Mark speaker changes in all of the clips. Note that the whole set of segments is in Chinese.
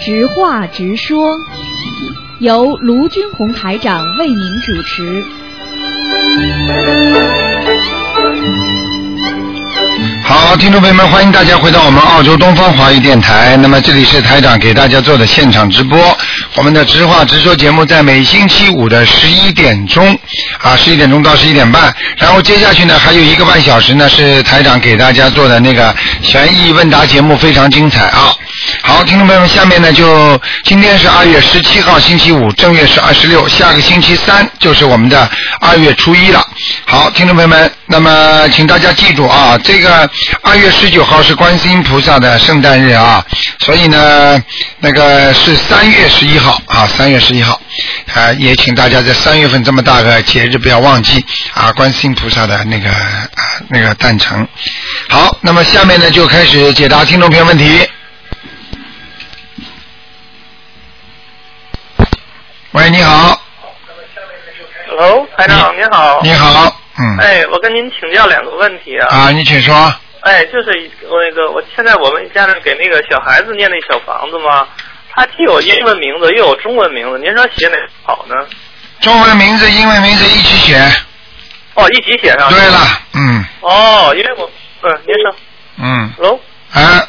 Speaker 1: 直话直说，由卢军红台长为您主持。
Speaker 2: 好，听众朋友们，欢迎大家回到我们澳洲东方华语电台。那么这里是台长给大家做的现场直播，我们的直话直说节目在每星期五的十一点钟啊，十一点钟到十一点半，然后接下去呢还有一个半小时呢是台长给大家做的那个悬疑问答节目，非常精彩啊。好，听众朋友们，下面呢就今天是二月十七号星期五，正月是二十六，下个星期三就是我们的二月初一了。好，听众朋友们，那么请大家记住啊，这个二月十九号是观世音菩萨的圣诞日啊，所以呢，那个是三月十一号啊，三月十一号，啊，也请大家在三月份这么大个节日不要忘记啊，观世音菩萨的那个啊那个诞辰。好，那么下面呢就开始解答听众朋友问题。喂，你好，
Speaker 3: Hello，台长您好。
Speaker 2: 你好，嗯，
Speaker 3: 哎，我跟您请教两个问题啊。
Speaker 2: 啊，你请说，
Speaker 3: 哎，就是我那个，我现在我们家里给那个小孩子念那小房子嘛，他既有英文名字又有中文名字，您说写哪个好呢？
Speaker 2: 中文名字、英文名字一起写。
Speaker 3: 哦，一起写上。
Speaker 2: 对。了，嗯
Speaker 3: 哦，因为我，嗯，您说
Speaker 2: 嗯，
Speaker 3: ，Hello，
Speaker 2: 啊，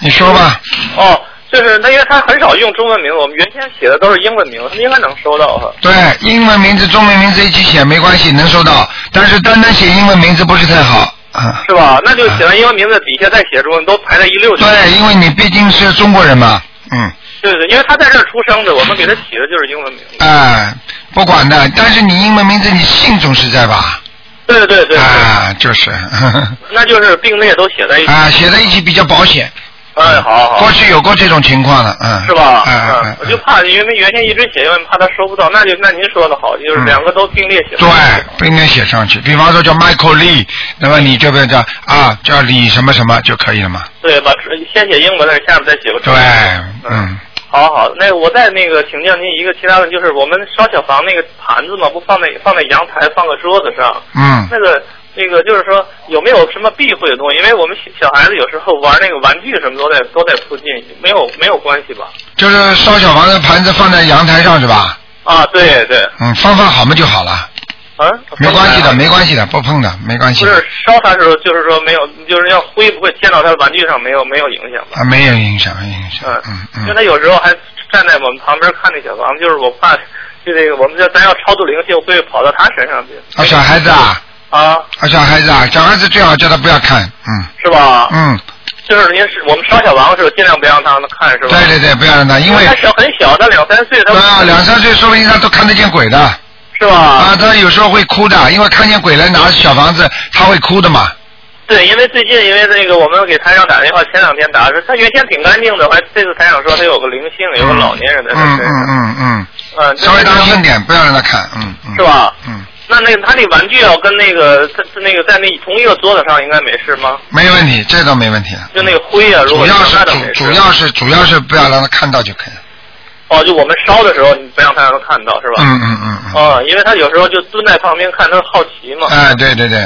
Speaker 2: 你说吧，
Speaker 3: 哦，就是那因为他很少用中文名，我们原先写的都是英文名，他们应该能收到哈。
Speaker 2: 对，英文名字、中文名字一起写没关系，能收到，但是单单写英文名字不是太好，啊，
Speaker 3: 是吧？那就写完英文名字底下再写中文，都排在一溜去。
Speaker 2: 对，因为你毕竟是中国人嘛，嗯。
Speaker 3: 对对，因为他在这儿出生的，我们给他起的就是英文名。
Speaker 2: 啊、不管的，但是你英文名字你姓总是在吧？
Speaker 3: 对对对对。
Speaker 2: 啊，就是， 呵呵
Speaker 3: 那就是并列都写在一起。
Speaker 2: 啊，写在一起比较保险。
Speaker 3: 哎，好好
Speaker 2: 过，去有过这种情况的，嗯。
Speaker 3: 是吧？
Speaker 2: 嗯
Speaker 3: 嗯
Speaker 2: 嗯，
Speaker 3: 我就怕因为原先一直写英文，怕他收不到，那就那您说的好，就是
Speaker 2: 嗯
Speaker 3: 两个都并列写。
Speaker 2: 对，不应该写上去。比方说叫 Michael Lee，那么你就不要叫啊，叫李什么什么就可以了嘛。
Speaker 3: 对，把先写英文的，下面再写个中
Speaker 2: 对
Speaker 3: 文。，
Speaker 2: 嗯，
Speaker 3: 好好，那我再那个请教您一个其他问题，就是我们烧小房那个盘子嘛，不放在放在阳台，放个桌子上，
Speaker 2: 嗯，
Speaker 3: 那个。那个就是说，有没有什么避讳的东西？因为我们小孩子有时候玩那个玩具什么都在都在附近，没有没有关系吧？
Speaker 2: 就是烧小房的盘子放在阳台上是吧？
Speaker 3: 啊，对对，
Speaker 2: 嗯，放放好嘛就好了，
Speaker 3: 嗯，
Speaker 2: 没关系
Speaker 3: 啊
Speaker 2: 的，没关系的，不碰的，没关系
Speaker 3: 不
Speaker 2: 的
Speaker 3: 是烧它的时候，就是说没有，就是要灰不会溅到它的玩具上，没有没有影响吧？
Speaker 2: 啊，没有影响，没有影响，嗯
Speaker 3: 因为
Speaker 2: 嗯
Speaker 3: 他有时候还站在我们旁边看那小房子，就是我怕，就这个我们这咱要超度灵性，会跑到他身上去
Speaker 2: 啊，小孩子啊，
Speaker 3: 啊，
Speaker 2: 啊，小孩子啊，小孩子最好叫他不要看，嗯
Speaker 3: 是吧？
Speaker 2: 嗯，
Speaker 3: 就是您是我们烧小房子的时候，尽量别让他们看，是吧？
Speaker 2: 对对对，不要让他，因为
Speaker 3: 他小很小，他两三岁，他
Speaker 2: 对啊，两三岁说不定他都看得见鬼的
Speaker 3: 是吧？
Speaker 2: 啊，他有时候会哭的，因为看见鬼了拿小房子他会哭的嘛，
Speaker 3: 对，因为最近因为那个我们给台长打电话，前两天打说他原先挺干净的，还这次台长说他有个灵性，有个老年人在他
Speaker 2: 嗯
Speaker 3: 身上，
Speaker 2: 嗯嗯嗯，
Speaker 3: 嗯，
Speaker 2: 稍微当心点，不要让他看，嗯嗯，
Speaker 3: 是？吧？
Speaker 2: 嗯，
Speaker 3: 那那个他那玩具要跟那个他他那个在那同一个桌子上应该没事吗？
Speaker 2: 没问题，这倒没问题。
Speaker 3: 就那个灰啊，如
Speaker 2: 主
Speaker 3: 果
Speaker 2: 要
Speaker 3: 那倒
Speaker 2: 是
Speaker 3: 没
Speaker 2: 主
Speaker 3: 事
Speaker 2: 主要是主要是不要让他看到就可以了。
Speaker 3: 哦，就我们烧的时候你不让他让他看到是吧？
Speaker 2: 嗯嗯嗯嗯。
Speaker 3: 哦，因为他有时候就蹲在旁边看，他好奇嘛。
Speaker 2: 哎，对对对，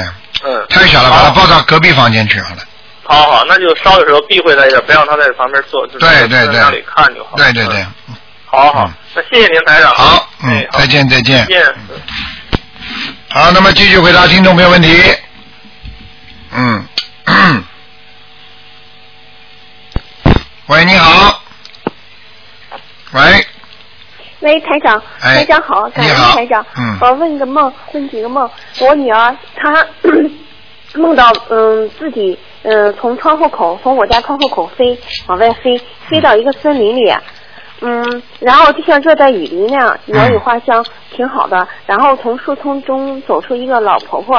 Speaker 3: 嗯，
Speaker 2: 太小了，把他
Speaker 3: 好
Speaker 2: 抱到隔壁房间去好了。
Speaker 3: 好好，那就烧的时候避讳他一点，不让他在旁边坐，就是
Speaker 2: 对对
Speaker 3: 在
Speaker 2: 对
Speaker 3: 那里看就好。
Speaker 2: 对对对
Speaker 3: 嗯，，好好
Speaker 2: 嗯，
Speaker 3: 那谢谢您台长。
Speaker 2: 好，
Speaker 3: 哎
Speaker 2: 嗯，
Speaker 3: 好
Speaker 2: 再见再见
Speaker 3: 再。见。
Speaker 2: 好，那么继续回答听众朋友问题。嗯。喂，你好。喂，
Speaker 4: 喂，台长，
Speaker 2: 哎
Speaker 4: 台长好，感
Speaker 2: 你
Speaker 4: 恩
Speaker 2: 好
Speaker 4: 台长。
Speaker 2: 嗯
Speaker 4: 我问个梦，问几个梦。我女儿她 梦到嗯自己嗯从窗户口从我家窗户口飞往外飞，飞到一个森林里。嗯，然后就像热带雨林那样，鸟语花香，
Speaker 2: 嗯
Speaker 4: 挺好的。然后从树丛中走出一个老婆婆，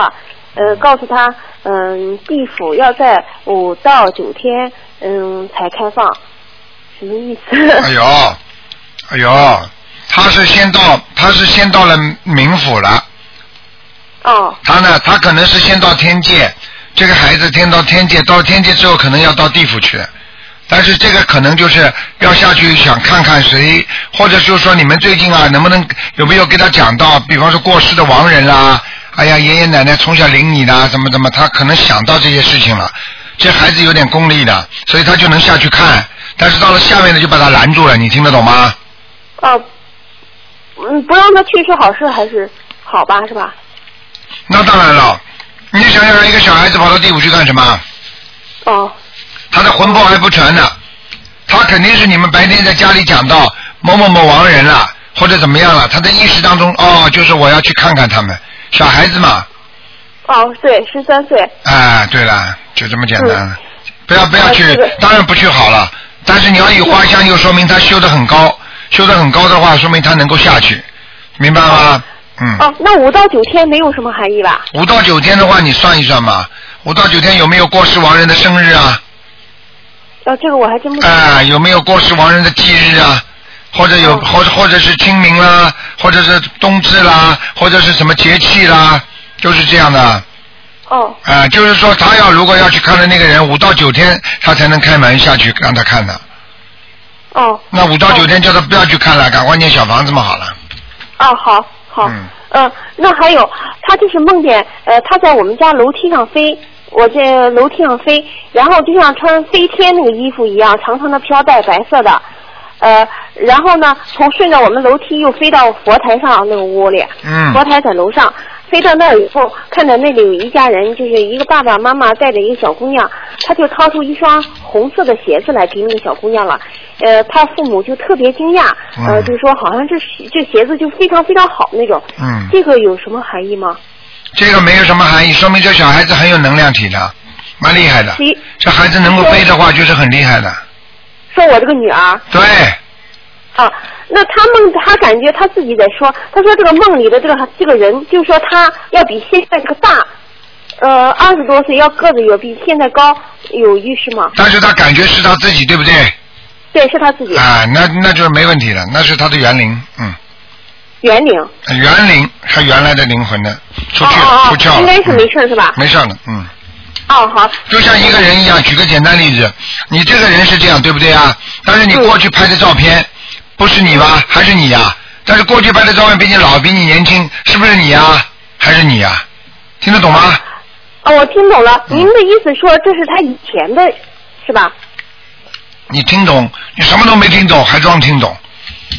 Speaker 4: 呃，告诉她，嗯，地府要在五到九天，嗯，才开放，什么意思？
Speaker 2: 哎呦，哎呦，他是先到，他是先到了冥府了。
Speaker 4: 哦，
Speaker 2: 他呢，他可能是先到天界，这个孩子先到天界，到天界之后可能要到地府去，但是这个可能就是要下去想看看谁，或者就是说你们最近啊，能不能有没有给他讲到，比方说过世的亡人啦，哎呀，爷爷奶奶从小领你的，怎么怎么，他可能想到这些事情了，这孩子有点功利的，所以他就能下去看。但是到了下面呢，就把它拦住了，你听得懂吗？
Speaker 4: 哦，嗯，不让他去是好事还是好吧？是吧？
Speaker 2: 那当然了，你就想想一个小孩子跑到地府去干什么？
Speaker 4: 哦，
Speaker 2: 他的魂魄还不全呢，他肯定是你们白天在家里讲到某某某亡人了，或者怎么样了，他在意识当中哦，就是我要去看看他们，小孩子嘛，
Speaker 4: 哦，对，十三岁，
Speaker 2: 哎，对了，就这么简单了，不要不要
Speaker 4: 嗯啊
Speaker 2: 去
Speaker 4: 是的，
Speaker 2: 当然不去好了，但是你要有花香，就说明他修得很高，修得很高的话，说明他能够下去，明白吗？嗯。
Speaker 4: 哦，那五到九天没有什么含义吧？
Speaker 2: 五到九天的话，你算一算吧。五到九天有没有过世亡人的生日啊？
Speaker 4: 哦，这个我还真不知道。
Speaker 2: 啊、有没有过世亡人的忌日啊？或者有，
Speaker 4: 嗯
Speaker 2: 或者或者是清明啦，或者是冬至啦，或者是什么节气啦，就是这样的。啊、
Speaker 4: 哦，
Speaker 2: 就是说他要如果要去看的那个人，五到九天他才能开门下去让他看的。
Speaker 4: 哦，
Speaker 2: 那五到九天叫他不要去看了，赶快念小房子嘛好了。
Speaker 4: 哦，好，好，
Speaker 2: 嗯
Speaker 4: 嗯、那还有，他就是梦见，呃，他在我们家楼梯上飞，我这楼梯上飞，然后就像穿飞天那个衣服一样，长长的飘带，白色的，呃，然后呢，从顺着我们楼梯又飞到佛台上那个屋里，
Speaker 2: 嗯
Speaker 4: 佛台在楼上，飞到那儿以后，看到那里有一家人，就是一个爸爸妈妈带着一个小姑娘，他就掏出一双红色的鞋子来给那个小姑娘了。呃，他父母就特别惊讶，呃，
Speaker 2: 嗯
Speaker 4: 就说好像这鞋这鞋子就非常非常好那种。
Speaker 2: 嗯
Speaker 4: 这个有什么含义吗？
Speaker 2: 这个没有什么含义，说明这小孩子很有能量体的，蛮厉害的
Speaker 4: 你。
Speaker 2: 这孩子能够飞的话，就是很厉害的。
Speaker 4: 说我这个女儿
Speaker 2: 对，
Speaker 4: 啊，那他梦他感觉他自己在说，他说这个梦里的这个这个人，就说他要比现在这个大，呃，二十多岁要个子有比现在高，有预示吗？
Speaker 2: 但是他感觉是他自己，对不对？
Speaker 4: 对，是他自己
Speaker 2: 啊，那那就是没问题了，那是他的园灵，嗯，
Speaker 4: 园林。
Speaker 2: 园灵，他原来的灵魂呢，出去了，
Speaker 4: 哦哦哦
Speaker 2: 出窍了，
Speaker 4: 应该是没事儿是吧
Speaker 2: 嗯没事儿了，嗯，
Speaker 4: 哦，好，
Speaker 2: 就像一个人一样，举个简单例子，你这个人是这样，对不对啊？但是你过去拍的照片，不是你吧？还是你呀、但是过去拍的照片比你老，比你年轻，是不是你呀、还是你呀、听得懂吗？
Speaker 4: 哦，我听懂
Speaker 2: 嗯
Speaker 4: 了，您的意思说这是他以前的，是吧？
Speaker 2: 你听懂？你什么都没听懂，还装听懂？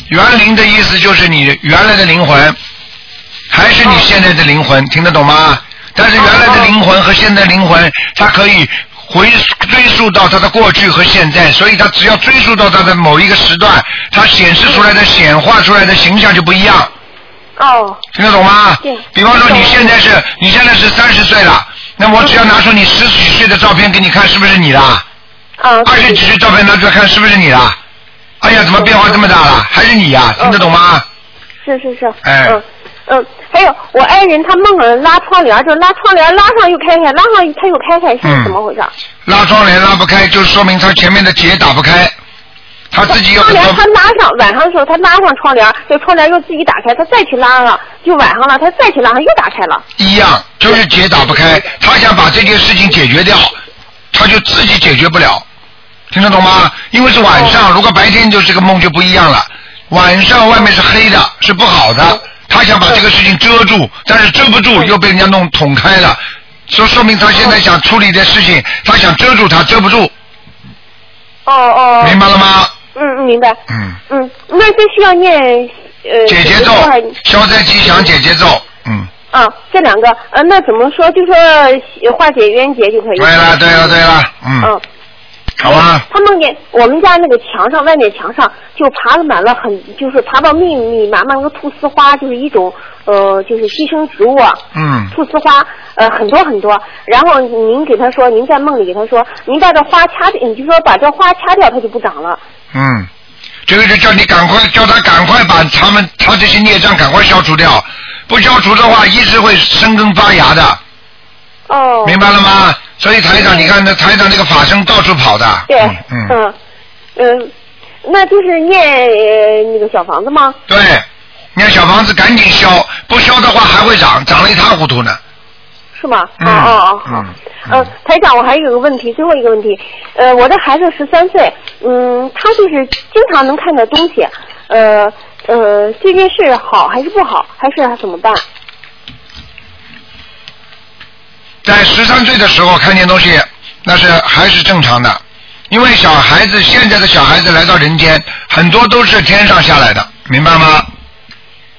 Speaker 2: 园灵的意思就是你原来的灵魂，还是你现在的灵魂，听得懂吗？但是原来的灵魂和现在灵魂，它可以回追溯到它的过去和现在，所以它只要追溯到它的某一个时段，它显示出来的显化出来的形象就不一样。
Speaker 4: 哦，
Speaker 2: 听得懂吗
Speaker 4: 对？
Speaker 2: 比方说
Speaker 4: 懂
Speaker 2: 你
Speaker 4: 了
Speaker 2: 现在是你现在是三十岁了，那我只要拿出你十几岁的照片给你看，是不是你啦？
Speaker 4: 啊，
Speaker 2: 二十几岁照片拿出来看，是不是你啦？哎呀，怎么变化这么大
Speaker 4: 嗯
Speaker 2: 了？还是你呀、听得懂吗？
Speaker 4: 是是是，
Speaker 2: 哎
Speaker 4: 嗯嗯，还有我爱人他梦了拉窗帘儿，就拉窗帘儿拉上又开开，拉上他又开开，
Speaker 2: 嗯
Speaker 4: 是怎么回事？
Speaker 2: 拉窗帘拉不开，就说明他前面的结打不开，他自己有很
Speaker 4: 窗帘
Speaker 2: 多
Speaker 4: 他。拉上，晚上的时候他拉上窗帘儿，这窗帘儿又自己打开，他再去拉上，就晚上了，他再去拉上又打开了。
Speaker 2: 一样，就是结打不开，他想把这件事情解决掉，他就自己解决不了，听得懂吗？因为是晚上，如果白天就是这个梦就不一样了，晚上外面是黑的，是不好的，他想把这个事情遮住，但是遮不住又被人家弄捅开了，说说明他现在想处理的事情，他想遮住他遮不住，
Speaker 4: 哦哦，
Speaker 2: 明白了吗？
Speaker 4: 嗯嗯，明白。
Speaker 2: 嗯，
Speaker 4: 嗯，那这需要念呃
Speaker 2: 解节奏
Speaker 4: 多少，
Speaker 2: 消灾吉祥解节奏，嗯，
Speaker 4: 啊，这两个，呃，那怎么说？就说呃化解冤结就可以。
Speaker 2: 对了对了对了，嗯，
Speaker 4: 嗯，
Speaker 2: 好吧，
Speaker 4: 他梦见我们家那个墙上，外面墙上就爬了满了很，就是爬到密密麻麻那个菟丝花，就是一种呃，就是寄生植物啊，
Speaker 2: 嗯。
Speaker 4: 菟丝花，呃，很多很多。然后您给他说，您在梦里给他说，您把这花掐，你就说把这花掐掉，它就不长了。
Speaker 2: 嗯，这个就叫你赶快叫他赶快把他们他这些孽障赶快消除掉，不消除的话一直会生根发芽的，
Speaker 4: 哦，
Speaker 2: 明白了吗？所以台长，你看那台长这个法身到处跑的，
Speaker 4: 对，
Speaker 2: 嗯，嗯
Speaker 4: 嗯嗯，那就是念呃那个小房子吗？
Speaker 2: 对，你看小房子赶紧消，不消的话还会长，长得一塌糊涂呢。
Speaker 4: 是吗？
Speaker 2: 嗯
Speaker 4: 哦哦哦，好。
Speaker 2: 嗯
Speaker 4: 呃，台长，我还有个问题，最后一个问题，呃，我的孩子十三岁，嗯，他就是经常能看到东西，呃呃，这件事好还是不好，还是怎么办？
Speaker 2: 在十三岁的时候看见东西，那是还是正常的。因为小孩子现在的小孩子来到人间，很多都是天上下来的，明白吗？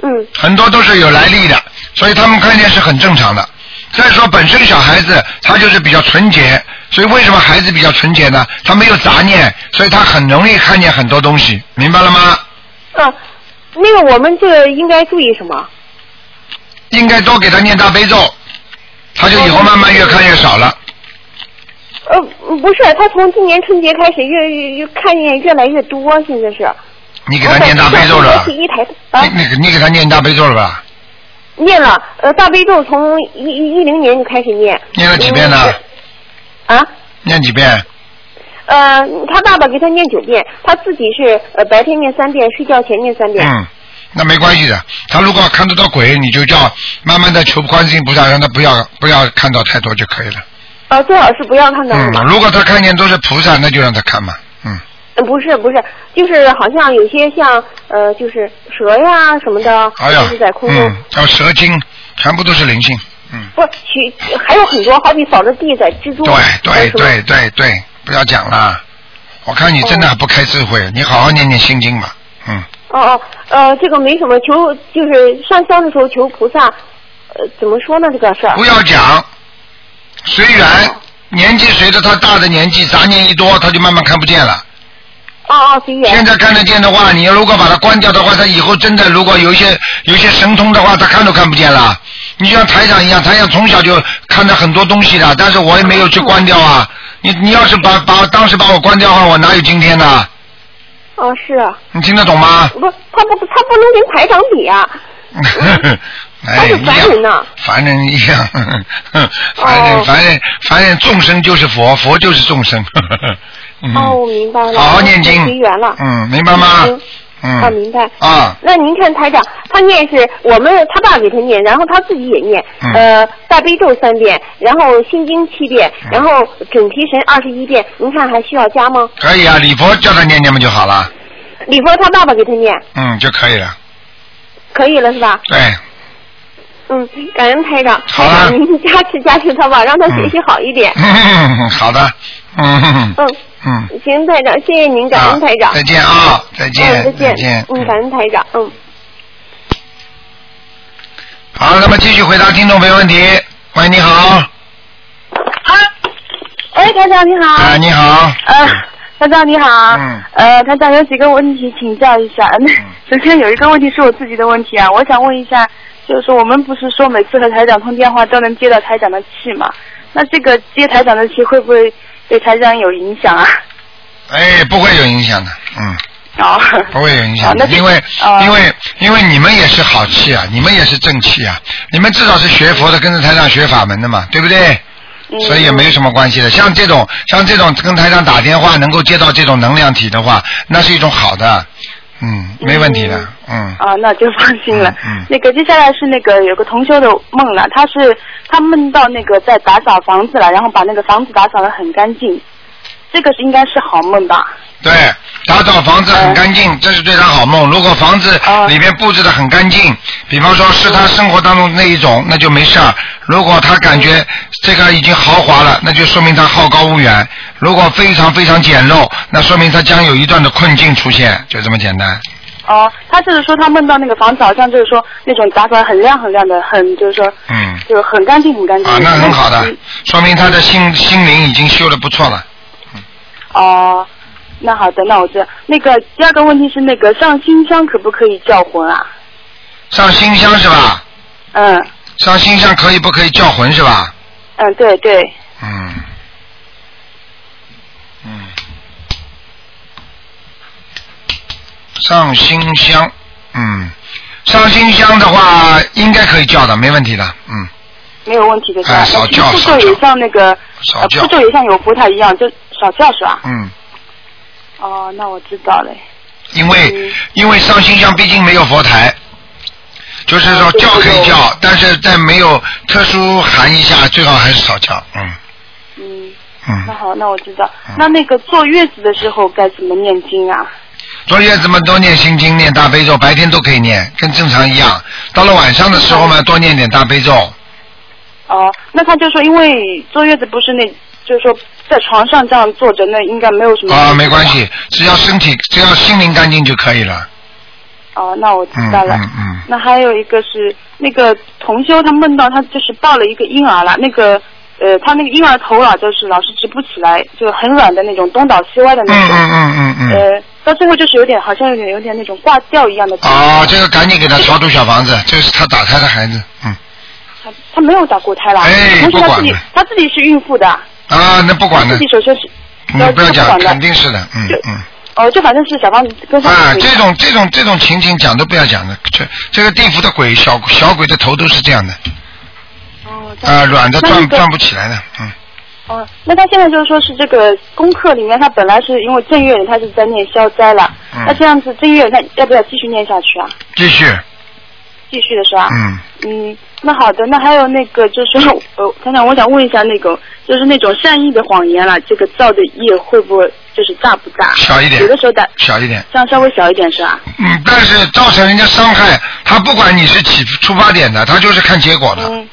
Speaker 4: 嗯
Speaker 2: 很多都是有来历的，所以他们看见是很正常的。再说本身小孩子他就是比较纯洁，所以为什么孩子比较纯洁呢？他没有杂念，所以他很容易看见很多东西，明白了吗？
Speaker 4: 啊，那个我们这个应该注意什么？
Speaker 2: 应该多给他念大悲咒，他就以后慢慢越看越少了。
Speaker 4: 呃，不是，他从今年春节开始越越越看见越来越多，现在是。
Speaker 2: 你给他念大悲咒
Speaker 4: 我
Speaker 2: 了
Speaker 4: 本身是，一台啊，
Speaker 2: 你你你给他念大悲咒了吧？
Speaker 4: 念了呃大悲咒从一一一零年就开始念。
Speaker 2: 念了几遍呢？
Speaker 4: 嗯？啊，
Speaker 2: 念几遍？
Speaker 4: 呃，他爸爸给他念九遍，他自己是呃白天念三遍，睡觉前念三遍。
Speaker 2: 嗯，那没关系的。他如果看得到鬼，你就叫慢慢的求观世音菩萨，让他不要不要看到太多就可以了。
Speaker 4: 呃，最好是不要看到。
Speaker 2: 嗯，如果他看见都是菩萨，那就让他看嘛。嗯，
Speaker 4: 呃不是不是，就是好像有些像呃，就是蛇呀什么的，
Speaker 2: 哎
Speaker 4: 就
Speaker 2: 呀
Speaker 4: 是在，空中。
Speaker 2: 嗯，叫蛇精，全部都是灵性。嗯，
Speaker 4: 不，许还有很多，好比扫着地在蜘蛛。
Speaker 2: 对对
Speaker 4: 还有
Speaker 2: 对
Speaker 4: 什么。
Speaker 2: 对对，不要讲了。我看你真的不开智慧，你好好念念心经吧。嗯，
Speaker 4: 哦哦，呃，这个没什么，求就是上香的时候求菩萨，呃，怎么说呢这个事儿
Speaker 2: 不？要讲，随缘。年纪随着他大的年纪，杂念一多，他就慢慢看不见了。
Speaker 4: 哦哦，随缘
Speaker 2: 现。在看得见的话，你如果把它关掉的话，它以后真的如果有一些有一些神通的话，它看都看不见了。你就像台长一样，台长从小就看到很多东西的，但是我也没有去关掉啊。你你要是把把当时把我关掉的话，我哪有今天呢？
Speaker 4: 哦，是啊，
Speaker 2: 你听得懂吗？
Speaker 4: 不，他不他不能跟台长比啊。
Speaker 2: 哎，
Speaker 4: 是
Speaker 2: 一
Speaker 4: 凡
Speaker 2: 样
Speaker 4: 人呐
Speaker 2: 凡人一样， 凡人、
Speaker 4: 哦
Speaker 2: 凡人凡人众生就是佛，佛就是众生。 嗯、
Speaker 4: 哦，我明白了。
Speaker 2: 好好念经
Speaker 4: 随缘了。
Speaker 2: 嗯，明白吗？
Speaker 4: 嗯
Speaker 2: 嗯。
Speaker 4: 啊，明白。
Speaker 2: 啊，
Speaker 4: 那您看台长，他念是我们他爸给他念，然后他自己也念，
Speaker 2: 嗯
Speaker 4: 呃，大悲咒三遍，然后心经七遍，
Speaker 2: 嗯
Speaker 4: 然后准提神二十一遍，您看还需要加吗？
Speaker 2: 可以啊，礼佛叫他念念不就好了？
Speaker 4: 礼佛他爸爸给他念，
Speaker 2: 嗯，就可以了。
Speaker 4: 可以了是吧？
Speaker 2: 对，
Speaker 4: 嗯，感恩台长，
Speaker 2: 好
Speaker 4: 台
Speaker 2: 啊嗯
Speaker 4: 长您加持加持他吧，让他学习好一点。
Speaker 2: 好的，嗯
Speaker 4: 嗯，
Speaker 2: 嗯，
Speaker 4: 行，台长，谢谢您，感恩台长。
Speaker 2: 啊再见啊，再
Speaker 4: 嗯，再
Speaker 2: 见，再见，
Speaker 4: 嗯，感恩台长，嗯。
Speaker 2: 好，那么继续回答听众朋友问题。喂，你好，
Speaker 5: 啊，哎，台长你好。
Speaker 2: 啊，你好，
Speaker 5: 呃，台长你好。
Speaker 2: 嗯
Speaker 5: 呃，台长有几个问题请教一下。那
Speaker 2: 嗯
Speaker 5: 首先有一个问题是我自己的问题啊，我想问一下，就是说我们不是说每次和台长通电话都能接到台长的气嘛？那这个接台长的气会不会对台长有影响啊？
Speaker 2: 哎，不会有影响的，嗯，
Speaker 5: 哦，
Speaker 2: 不会有影响
Speaker 5: 哦
Speaker 2: 的，
Speaker 5: 那就
Speaker 2: 因为
Speaker 5: 哦
Speaker 4: 呃
Speaker 2: 因为因为你们也是好气啊，你们也是正气啊，你们至少是学佛的，跟着台上学法门的嘛，对不对？
Speaker 5: 嗯
Speaker 2: 所以也没什么关系的。像这种像这种跟台上打电话能够接到这种能量体的话，那是一种好的，嗯，没问题的，嗯，
Speaker 5: 啊，那就放心了。
Speaker 2: 嗯嗯
Speaker 5: 那个接下来是那个有个同修的梦了，他是他梦到那个在打扫房子了，然后把那个房子打扫的很干净，这个是应该是好梦吧？
Speaker 2: 对，打扫房子很干净，这是对他好梦。如果房子
Speaker 5: 哦
Speaker 2: 里面布置的很干净，比方说是他生活当中那一种，那就没事儿。如果他感觉这个已经豪华了，那就说明他好高骛远；如果非常非常简陋，那说明他将有一段的困境出现，就这么简单。
Speaker 5: 哦，他就是说他梦到那个房子好像就是说那种打扫得很亮很亮的，很就是说，
Speaker 2: 嗯
Speaker 5: 就是很干净很干净。
Speaker 2: 啊，那很好的
Speaker 5: 嗯，
Speaker 2: 说明他的心心灵已经修的不错了。
Speaker 5: 哦，那好的，那我知道。那个第二个问题是那个上新香可不可以叫魂啊？
Speaker 2: 上新香是吧？
Speaker 5: 嗯
Speaker 2: 上新香可以不可以叫魂是吧？
Speaker 5: 嗯，对对，
Speaker 2: 嗯，嗯，上新香，嗯，上新香的话应该可以叫的，没问题的，嗯，
Speaker 5: 没有问题的是
Speaker 2: 哎
Speaker 5: 吧？
Speaker 2: 少
Speaker 5: 那其实
Speaker 2: 叫少
Speaker 5: 步骤也
Speaker 2: 叫
Speaker 5: 像那个
Speaker 2: 少
Speaker 5: 呃
Speaker 2: 叫
Speaker 5: 步，骤也像有不太一样，就少叫是吧？
Speaker 2: 嗯，
Speaker 5: 哦，那我知道了。
Speaker 2: 因
Speaker 5: 嗯
Speaker 2: 为因为上新香毕竟没有佛台。就是说
Speaker 5: 啊对
Speaker 2: 叫可以
Speaker 5: 对
Speaker 2: 叫，但是在没有特殊含义下，最好还是少叫。嗯
Speaker 5: 嗯，那
Speaker 2: 嗯，
Speaker 5: 好，那我知道
Speaker 2: 嗯。
Speaker 5: 那那个坐月子的时候该怎么念经啊？
Speaker 2: 坐月子嘛，多念心经，念大悲咒，白天都可以念，跟正常一样。到了晚上的
Speaker 5: 啊
Speaker 2: 时候嘛，多念点大悲咒。
Speaker 5: 哦，那他就说，因为坐月子不是那就是说在床上这样坐着，那应该没有什么
Speaker 2: 啊，没关。系，只要身体只要心灵干净就可以了。
Speaker 5: 哦，那我知
Speaker 2: 嗯
Speaker 5: 道了。
Speaker 2: 嗯嗯，
Speaker 5: 那还有一个是那个同修，他梦到他就是抱了一个婴儿了，那个呃，他那个婴儿头啊，就是老是直不起来，就很软的那种，东倒西歪的那
Speaker 2: 嗯
Speaker 5: 种。
Speaker 2: 嗯嗯嗯嗯。
Speaker 5: 呃，到最后就是有点好像有点有点那种挂掉一样的。
Speaker 2: 哦，这个赶紧给他超度小房子，这是他打胎的孩子，嗯，
Speaker 5: 他他没有打过胎了，
Speaker 2: 哎
Speaker 5: 同时
Speaker 2: 不
Speaker 5: 他
Speaker 2: 管
Speaker 5: 自己
Speaker 2: 了
Speaker 5: 他自己是孕妇的，
Speaker 2: 啊，那不管
Speaker 5: 他
Speaker 2: 了
Speaker 5: 自，己首先是。
Speaker 2: 你不要
Speaker 5: 他
Speaker 2: 讲，
Speaker 5: 管的
Speaker 2: 肯定是的，嗯
Speaker 5: 就
Speaker 2: 嗯。
Speaker 5: 哦，就反正是小房子跟上
Speaker 2: 啊，
Speaker 5: 去
Speaker 2: 这种这种这种情景讲都不要讲的，这这个地府的鬼小小鬼的头都是这样的，
Speaker 5: 哦这样
Speaker 2: 啊，软的
Speaker 5: 那
Speaker 2: 转
Speaker 5: 那个
Speaker 2: 转不起来的，嗯，
Speaker 5: 哦，那他现在就是说是这个功课里面，他本来是因为正月里他是在念消灾了，
Speaker 2: 嗯
Speaker 5: 那这样子正月那要不要继续念下去啊？
Speaker 2: 继续，
Speaker 5: 继续的是吧？
Speaker 2: 嗯，
Speaker 5: 嗯，那好的，那还有那个就是说，呃，团长，我想问一下那个就是那种善意的谎言了，这个造的业会不会就是大不大？
Speaker 2: 小一点
Speaker 5: 有的时候大，
Speaker 2: 小一点，
Speaker 5: 这样稍微小一点是吧？
Speaker 2: 嗯，但是造成人家伤害，他不管你是起出发点的，他就是看结果的，
Speaker 5: 嗯，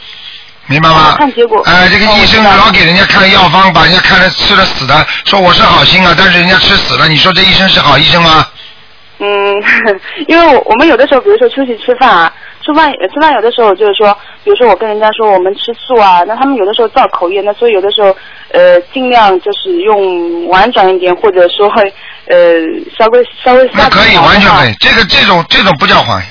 Speaker 2: 明白吗
Speaker 5: 哦？看结果
Speaker 2: 哎、这个
Speaker 5: 哦
Speaker 2: 医生
Speaker 5: 我知道
Speaker 2: 老给人家看药方，把人家看了吃了死的，说我是好心啊，但是人家吃死了，你说这医生是好医生吗？
Speaker 5: 嗯， 因为我我们有的时候，比如说出去吃饭啊，吃饭呃吃饭有的时候就是说，比如说我跟人家说我们吃素啊，那他们有的时候造口业，那所以有的时候呃尽量就是用婉转一点，或者说呃稍微稍微
Speaker 2: 那
Speaker 5: 下
Speaker 2: 可以，
Speaker 5: 点
Speaker 2: 完全可以
Speaker 5: 啊、，
Speaker 2: 这个这种这种不叫谎言。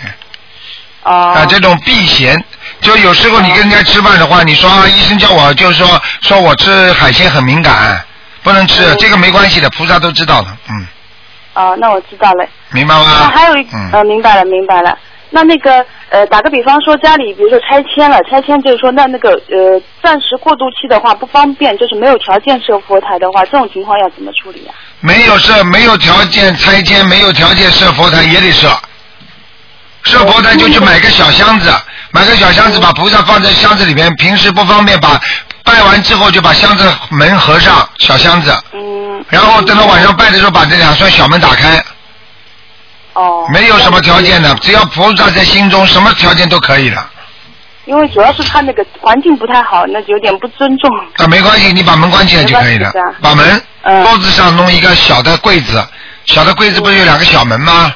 Speaker 5: 哦
Speaker 2: 啊，这种避嫌，就有时候你跟人家吃饭的话，你说啊，医生叫我，就是说说我吃海鲜很敏感，不能吃，
Speaker 5: 嗯
Speaker 2: 这个没关系的，菩萨都知道的，嗯，
Speaker 5: 啊，那我知道了。
Speaker 2: 明白
Speaker 5: 那
Speaker 2: 吗？
Speaker 5: 还有一
Speaker 2: 嗯，
Speaker 5: 呃，明白了明白了。那那个呃，打个比方说，家里比如说拆迁了，拆迁就是说，那那个呃，暂时过渡期的话不方便，就是没有条件设佛台的话，这种情况要怎么处理啊？
Speaker 2: 没有设，没有条件拆迁，没有条件设佛台也得设，设佛台就去买个小箱子，买个小箱子把菩萨放在箱子里面，平时不方便把拜完之后就把箱子门合上，小箱子，
Speaker 5: 嗯，
Speaker 2: 然后等到晚上拜的时候把这两扇小门打开。
Speaker 5: 哦，
Speaker 2: 没有什么条件的，只要菩萨在心中，什么条件都可以的。
Speaker 5: 因为主要是他那个环境不太好，那有点不尊重。
Speaker 2: 啊，没关系，你把门关起来就可以了
Speaker 5: 没关系的。
Speaker 2: 把门
Speaker 5: 嗯
Speaker 2: 桌子上弄一个小的柜子，小的柜子不是有两个小门吗？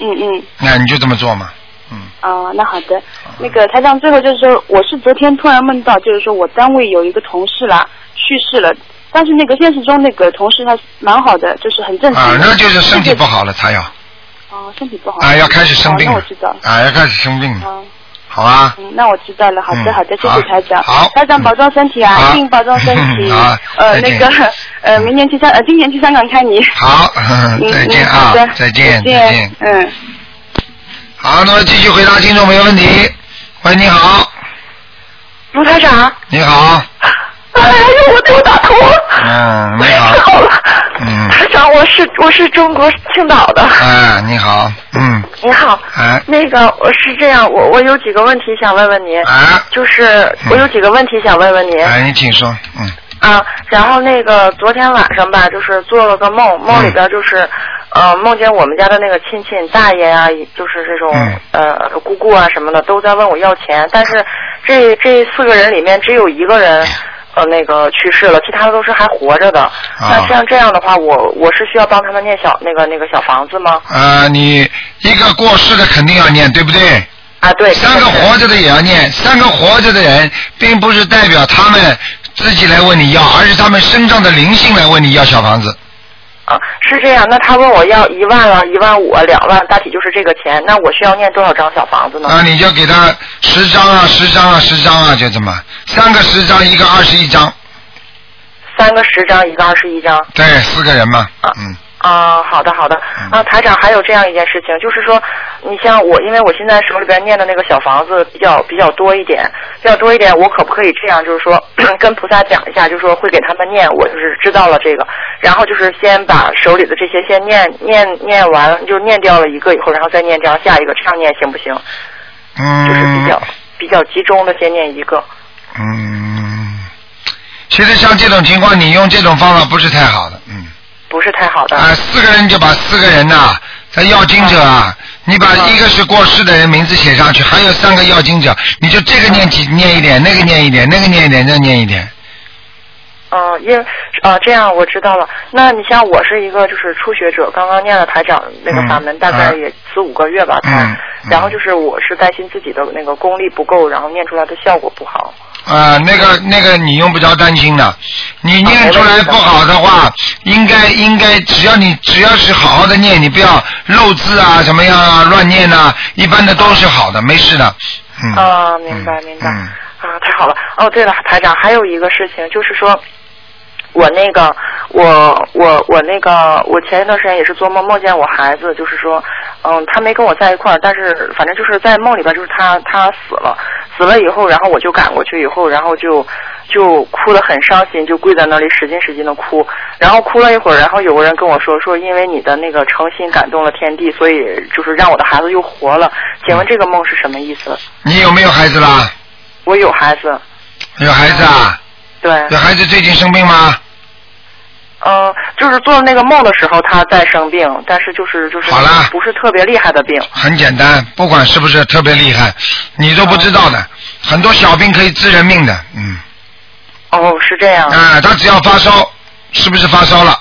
Speaker 5: 嗯嗯，
Speaker 2: 那你就这么做嘛。嗯，
Speaker 5: 哦，那好的。那个台长，最后就是说，我是昨天突然梦到，就是说我单位有一个同事啦去世了，但是那个现实中那个同事他蛮好的，就是很正
Speaker 2: 啊
Speaker 5: 常，的。
Speaker 2: 那就是身体
Speaker 5: 就
Speaker 2: 不好了，才要
Speaker 5: 哦，身体不好。
Speaker 2: 啊，要开始生病
Speaker 5: 哦那
Speaker 2: 了
Speaker 5: 我知道。
Speaker 2: 啊，要开始生病了，
Speaker 5: 嗯
Speaker 2: 好啊 吧？
Speaker 5: 嗯，那我知道了。好的，
Speaker 2: 嗯
Speaker 5: 好的，谢
Speaker 2: 好
Speaker 5: 谢台长。
Speaker 2: 好
Speaker 5: 台长保重身体啊，
Speaker 2: 好嗯
Speaker 5: 一定保重身体
Speaker 2: 好。
Speaker 5: 呃，
Speaker 2: 再见
Speaker 5: 那个呃，明年去香呃，今年去香港看你。
Speaker 2: 好，嗯
Speaker 5: 嗯
Speaker 2: 再见
Speaker 5: 嗯
Speaker 2: 啊
Speaker 5: 好的，
Speaker 2: 再见，再见
Speaker 5: 再见。。嗯。
Speaker 2: 好，那么继续回答听众朋友问题。喂，你好，
Speaker 6: 卢台长，
Speaker 2: 你好，
Speaker 6: 哎呀，我我打通了。哎
Speaker 2: 嗯你好
Speaker 6: 太好了。
Speaker 2: 嗯
Speaker 6: 台长，我是我是中国青岛的。
Speaker 2: 哎，你好，嗯，
Speaker 6: 你好。
Speaker 2: 哎，
Speaker 6: 那个，我是这样，我我有几个问题想问问您，
Speaker 2: 哎，
Speaker 6: 就是我有几个问题想问问您、
Speaker 2: 哎，你请说，嗯，
Speaker 6: 啊。然后那个昨天晚上吧，就是做了个梦，梦里边
Speaker 2: 嗯
Speaker 6: 就是，呃，梦见我们家的那个亲戚大爷啊，就是这种、
Speaker 2: 嗯
Speaker 6: 呃姑姑啊什么的，都在问我要钱，但是这这四个人里面只有一个人。呃，那个去世了，其他的都是还活着
Speaker 2: 啊
Speaker 6: 的。那像这样的话，我我是需要帮他们念小那个那个小房子吗？
Speaker 2: 啊，你一个过世的肯定要念，对不对？
Speaker 6: 啊，对，
Speaker 2: 三个活着的也要念，三个活着的人，并不是代表他们自己来问你要，而是他们身上的灵性来问你要小房子。
Speaker 6: 啊，是这样。那他问我要一万啊，一万五啊，两万，大体就是这个钱。那我需要念多少张小房子呢？
Speaker 2: 啊，你就给他十张啊，十张啊，十张啊，就这么，三个十张，一个二十一张，
Speaker 6: 三个十张，一个二十一张。
Speaker 2: 对，四个人嘛，嗯，
Speaker 6: 啊，好的好的。啊，台长，还有这样一件事情，就是说，你像我，因为我现在手里边念的那个小房子比较比较多一点，比较多一点，我可不可以这样，就是说 跟菩萨讲一下，就是说会给他们念，我就是知道了这个，然后就是先把手里的这些先念念念完，就念掉了一个以后，然后再念掉下一个，这样念行不行？就是比
Speaker 2: 嗯
Speaker 6: 较，比较集中的先念一个。
Speaker 2: 嗯，其实像这种情况，你用这种方法不是太好的，嗯。
Speaker 6: 不是太好的。
Speaker 2: 啊，四个人就把四个人呐、他要经者啊，你把一个是过世的人名字写上去，还有三个要经者，你就这个念几念一点，那个念一点，那个念一点，那个念一点，
Speaker 6: 嗯、因为呃，这样我知道了。那你像我是一个就是初学者，刚刚念了台长那个法门，
Speaker 2: 嗯
Speaker 6: 大概
Speaker 2: 嗯
Speaker 6: 也四五个月吧，才
Speaker 2: 嗯，
Speaker 6: 然后就是我是担心自己的那个功力不够，然后念出来的效果不好。
Speaker 2: 啊、那个那个你用不着担心的，你念出来不好的话，应该应该只要你只要是好好的念，你不要漏字啊什么样啊乱念呐、一般的都是好的，没事的。嗯。
Speaker 6: 啊明白明白
Speaker 2: 嗯
Speaker 6: 啊，太好了。哦，对了，台长，还有一个事情就是说。我那个，我我我那个，我前一段时间也是做梦，梦见我孩子，就是说，嗯，他没跟我在一块儿，但是反正就是在梦里边，就是他他死了，死了以后，然后我就赶过去以后，然后就就哭得很伤心，就跪在那里使劲使劲的哭，然后哭了一会儿，然后有个人跟我说说，因为你的那个诚心感动了天地，所以就是让我的孩子又活了。请问这个梦是什么意思？
Speaker 2: 你有没有孩子啦？
Speaker 6: 我有孩子，
Speaker 2: 有孩子啊？
Speaker 6: 对，
Speaker 2: 有孩子最近生病吗？
Speaker 6: 嗯、就是做那个梦的时候他在生病，但是就是就是
Speaker 2: 好啦
Speaker 6: 不是特别厉害的病。
Speaker 2: 很简单，不管是不是特别厉害，你都不知道
Speaker 6: 嗯
Speaker 2: 的。很多小病可以治人命的，嗯。
Speaker 6: 哦，是这样。
Speaker 2: 啊、他只要发烧，是不是发烧了？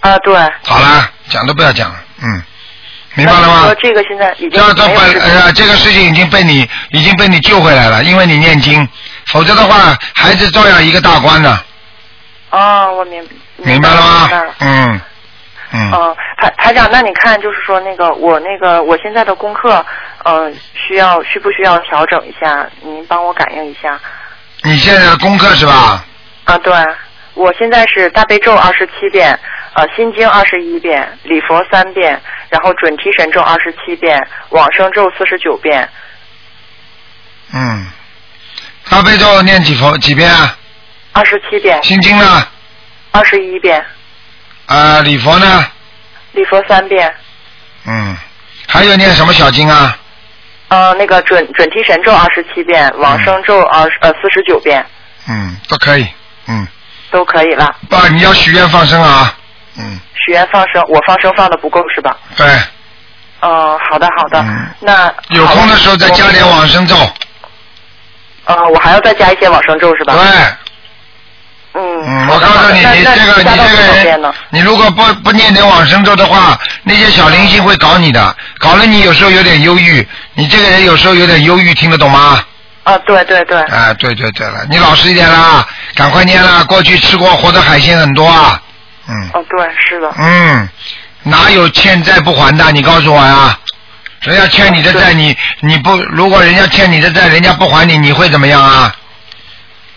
Speaker 6: 啊，对。
Speaker 2: 好啦，讲都不要讲了，嗯，明白了
Speaker 6: 那你
Speaker 2: 吗
Speaker 6: 说？这个现在已经
Speaker 2: 这这
Speaker 6: 没有
Speaker 2: 本
Speaker 6: 事情了
Speaker 2: 呃，这个事情已经被你已经被你救回来了，因为你念经，否则的话，孩子照样一个大关呢，
Speaker 6: 哦，我明
Speaker 2: 明白了
Speaker 6: 明白
Speaker 2: 吗
Speaker 6: 了？
Speaker 2: 嗯，嗯，
Speaker 6: 嗯，台台长，那你看，就是说那个我那个我现在的功课，嗯、需要需不需要调整一下？您帮我感应一下。
Speaker 2: 你现在的功课是吧？
Speaker 6: 啊，对，我现在是大悲咒二十七遍，呃，心经二十一遍，礼佛三遍，然后准提神咒二十七遍，往生咒四十九遍，
Speaker 2: 嗯，大悲咒念几佛几遍啊？
Speaker 6: 二十七遍，
Speaker 2: 心经呢？
Speaker 6: 二十一遍，
Speaker 2: 啊、礼佛呢？
Speaker 6: 礼佛三遍，
Speaker 2: 嗯，还有念什么小经啊？
Speaker 6: 呃，那个准准提神咒二十七遍，往生咒二十呃四十九遍
Speaker 2: 嗯，都可以。嗯，
Speaker 6: 都可以了。
Speaker 2: 爸，你要许愿放生啊。嗯，
Speaker 6: 许愿放生，我放生放的不够是吧？
Speaker 2: 对，
Speaker 6: 嗯，好的好的，
Speaker 2: 嗯
Speaker 6: 那
Speaker 2: 有空的时候再加点往。生咒。
Speaker 6: 啊、呃，我还要再加一些往生咒是吧
Speaker 2: 对？，
Speaker 6: 嗯，
Speaker 2: 嗯，
Speaker 6: 好
Speaker 2: 我告
Speaker 6: 的好
Speaker 2: 诉
Speaker 6: 的
Speaker 2: 你，
Speaker 6: 那
Speaker 2: 你
Speaker 6: 那
Speaker 2: 这个你这
Speaker 6: 加到多少
Speaker 2: 个
Speaker 6: 遍呢
Speaker 2: 人？，你如果不不念点往生咒的话，那些小灵性会搞你的，搞了你有时候有点忧郁，你这个人有时候有点忧郁，听得懂吗？
Speaker 6: 啊，对对对，
Speaker 2: 啊，对对对了，你老实一点啦，赶快念啦，过去吃过活的海鲜很多啊。嗯。
Speaker 6: 哦，对，是的，
Speaker 2: 嗯，哪有欠债不还的？你告诉我呀！人家欠你的债，
Speaker 6: 对
Speaker 2: 你你不如果人家欠你的债，人家不还你，你会怎么样啊？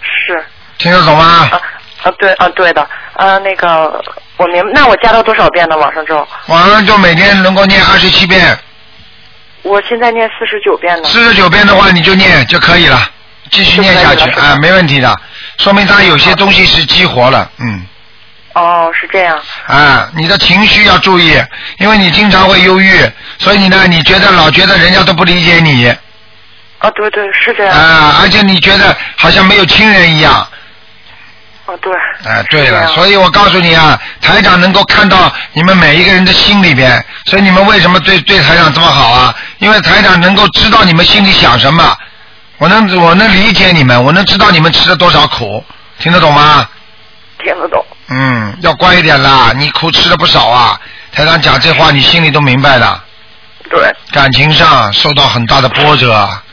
Speaker 6: 是
Speaker 2: 听得懂吗？
Speaker 6: 啊啊，对啊，对的，啊，那个我明，那我加到多少遍呢？往上咒，
Speaker 2: 晚上就每天能够念二十七遍，
Speaker 6: 我现在念四十九遍呢。
Speaker 2: 四十九遍的话你就念就可以了，继续念下去
Speaker 6: 就可以了是吧
Speaker 2: 啊，没问题的，说明他有些东西是激活了，嗯。
Speaker 6: 哦，是这样，
Speaker 2: 啊，你的情绪要注意，因为你经常会忧郁，所以你呢，你觉得老觉得人家都不理解你，
Speaker 6: 啊，对对，是这样，
Speaker 2: 啊，而且你觉得好像没有亲人一样，
Speaker 6: 哦，对，
Speaker 2: 哎，对
Speaker 6: 是这
Speaker 2: 了，
Speaker 6: 样
Speaker 2: 所以我告诉你啊，台长能够看到你们每一个人的心里边，所以你们为什么对对台长这么好啊？因为台长能够知道你们心里想什么，我能我能理解你们，我能知道你们吃了多少苦，听得懂吗？
Speaker 6: 听得懂。
Speaker 2: 嗯，要乖一点啦，你苦吃了不少啊。台长讲这话，你心里都明白的，
Speaker 6: 对，
Speaker 2: 感情上受到很大的波折，啊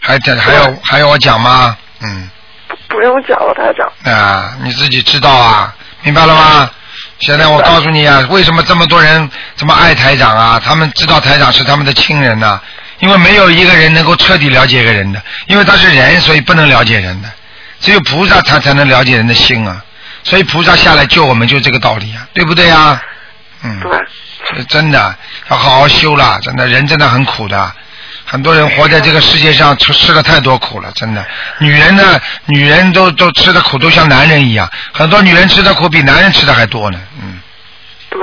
Speaker 2: 还得还要还要我讲吗？嗯。
Speaker 6: 不不用讲了，台长。
Speaker 2: 啊，你自己知道啊，明白了吗？现在我告诉你啊，为什么这么多人这么爱台长啊？他们知道台长是他们的亲人呐、因为没有一个人能够彻底了解一个人的，因为他是人，所以不能了解人的，只有菩萨他才能了解人的心啊。所以菩萨下来救我们就这个道理啊，对不对啊？嗯，
Speaker 6: 对，
Speaker 2: 是真的要好好修啦，真的人真的很苦的，啊很多人活在这个世界上吃吃了太多苦了，真的。女人呢，女人都都吃的苦都像男人一样，很多女人吃的苦比男人吃的还多呢，嗯。
Speaker 6: 对，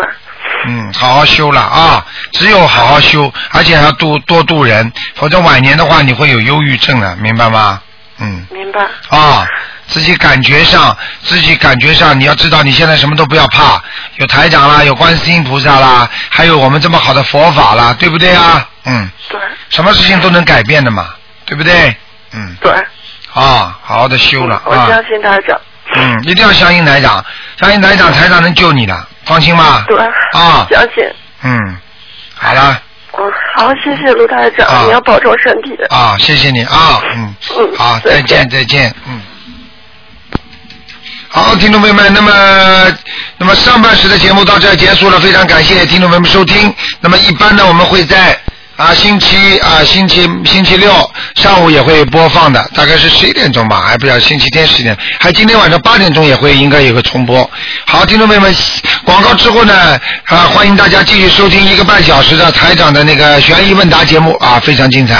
Speaker 2: 嗯，好好修了啊！只有好好修，而且还要度多度人，否则晚年的话你会有忧郁症的，明白吗？嗯。
Speaker 6: 明白。
Speaker 2: 啊，自己感觉上，自己感觉上，你要知道你现在什么都不要怕，有台长啦，有观世音菩萨啦，还有我们这么好的佛法啦，对不对啊？嗯，
Speaker 6: 对，
Speaker 2: 什么事情都能改变的嘛，对不对？嗯，
Speaker 6: 对，
Speaker 2: 啊，好好的修了
Speaker 6: 嗯我
Speaker 2: 啊
Speaker 6: 相，信台长。
Speaker 2: 嗯，一定要相信台长，相信台长，台长能救你的，放心吧。
Speaker 7: 对，
Speaker 2: 啊，
Speaker 7: 相信。
Speaker 2: 嗯，好了
Speaker 7: 嗯，好，谢谢卢台长，
Speaker 2: 啊
Speaker 7: 你要保重身体。
Speaker 2: 啊，谢谢你啊，嗯，
Speaker 7: 嗯，
Speaker 2: 好，再见，再见，嗯。好，听众朋友们，那么那么上半时的节目到这儿结束了，非常感谢听众朋友们收听。那么一般呢，我们会在啊星期啊星期星期六上午也会播放的，大概是十一点钟吧，还不要星期天十点，还今天晚上八点钟也会应该也会重播。好，听众朋友们，广告之后呢，啊欢迎大家继续收听一个半小时的台长的那个悬疑问答节目啊，非常精彩。